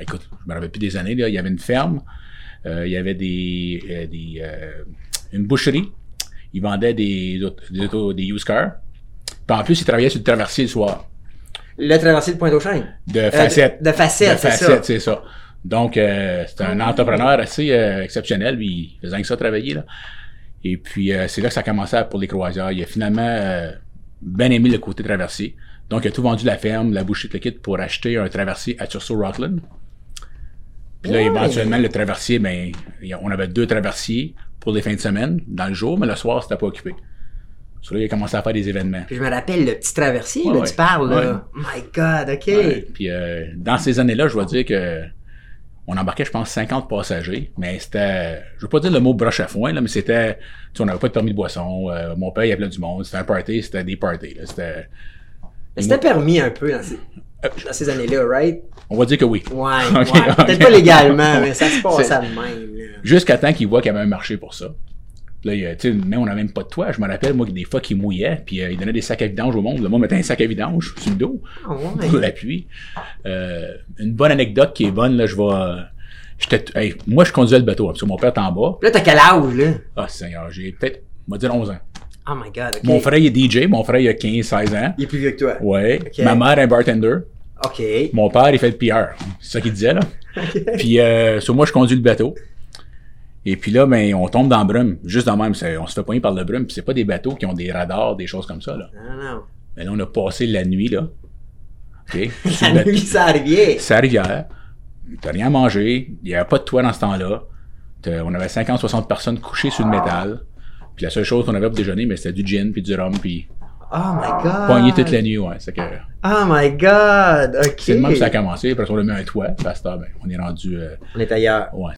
écoute, je me rappelle plus des années, là, il y avait une ferme, euh, il y avait des, euh, des euh, une boucherie, ils vendaient des, auto- des, auto- des used cars. Puis en plus, ils travaillaient sur le traversier le soir, Le traversier de Pointe-aux-Chênes. Euh, de facettes. De, de facettes, c'est ça. c'est ça. Donc, euh, c'est un entrepreneur assez euh, exceptionnel. Lui, il faisait que ça travailler. Là. Et puis, euh, c'est là que ça a commencé pour les croisières. Il a finalement euh, bien aimé le côté traversier. Donc, il a tout vendu la ferme, la bouchée, le kit pour acheter un traversier à Turso-Rockland. Puis là, Ouais. éventuellement, le traversier, ben, il- on avait deux traversiers pour les fins de semaine, dans le jour, mais le soir, c'était pas occupé. Sur là, il a commencé à faire des événements. Puis je me rappelle le petit traversier, Ouais, là, ouais. tu parles, Ouais. là. My God, OK. Ouais, Puis euh, dans ces années-là, je vais dire que on embarquait, je pense, 50 passagers, mais c'était, je veux pas dire le mot broche à foin, là, mais c'était, tu sais, on n'avait pas de permis de boisson, euh, mon père, il appelait du monde, c'était un party, c'était des parties, là, c'était, Mais C'était permis un peu dans ces, dans ces années-là, right? on va dire que oui. Ouais, Euh, Ok, ouais. Peut-être ok. pas légalement, mais ça se C'est- passe à même. là. Jusqu'à temps qu'il voit qu'il y avait un marché pour ça. Là, il y a- tu sais, mais on n'a même pas de toit. Je me rappelle, moi, que des fois, qu'il mouillait, puis euh, il donnait des sacs à vidange au monde. Le monde mettait un sac à vidange sur le dos. Ah ouais. pour l'appui. Euh, une bonne anecdote qui est bonne, là, je vais. j'étais t- hey, moi, je conduisais le bateau, hein, parce que mon père était en bas. Là, t'as quel âge, là? Ah, Seigneur, j'ai peut-être, on va dire 11 ans. Oh my God, OK. Mon frère, il est DJ. Mon frère, il a 15, 16 ans. Il est plus vieux que toi. Ouais. Ok. Ma mère, est un bartender. OK. Mon père, il fait le PR. C'est ça qu'il disait, là. Puis, euh, sur moi, je conduis le bateau. Et puis là, ben, on tombe dans le brume. Juste dans le même, c'est- on se fait poigner par le brume. Puis c'est pas des bateaux qui ont des radars, des choses comme ça, là. Non, non. Mais là, on a passé la nuit, là. OK? Sur le À bateau. lui, ça arrivait. sa rivière, t'as rien à manger, il n'y avait pas de toit dans ce temps-là. T'as- On avait 50-60 personnes couchées sur le métal. Puis la seule chose qu'on avait pour déjeuner, mais c'était du gin, puis du rhum, puis Oh my God. poigné Ah. toute la nuit, ouais. C'est que Oh my God, OK. c'est le même que ça a commencé, après on a mis un toit, puis à cette heure, ah, ben, on est rendu, euh, On est ailleurs. ouais,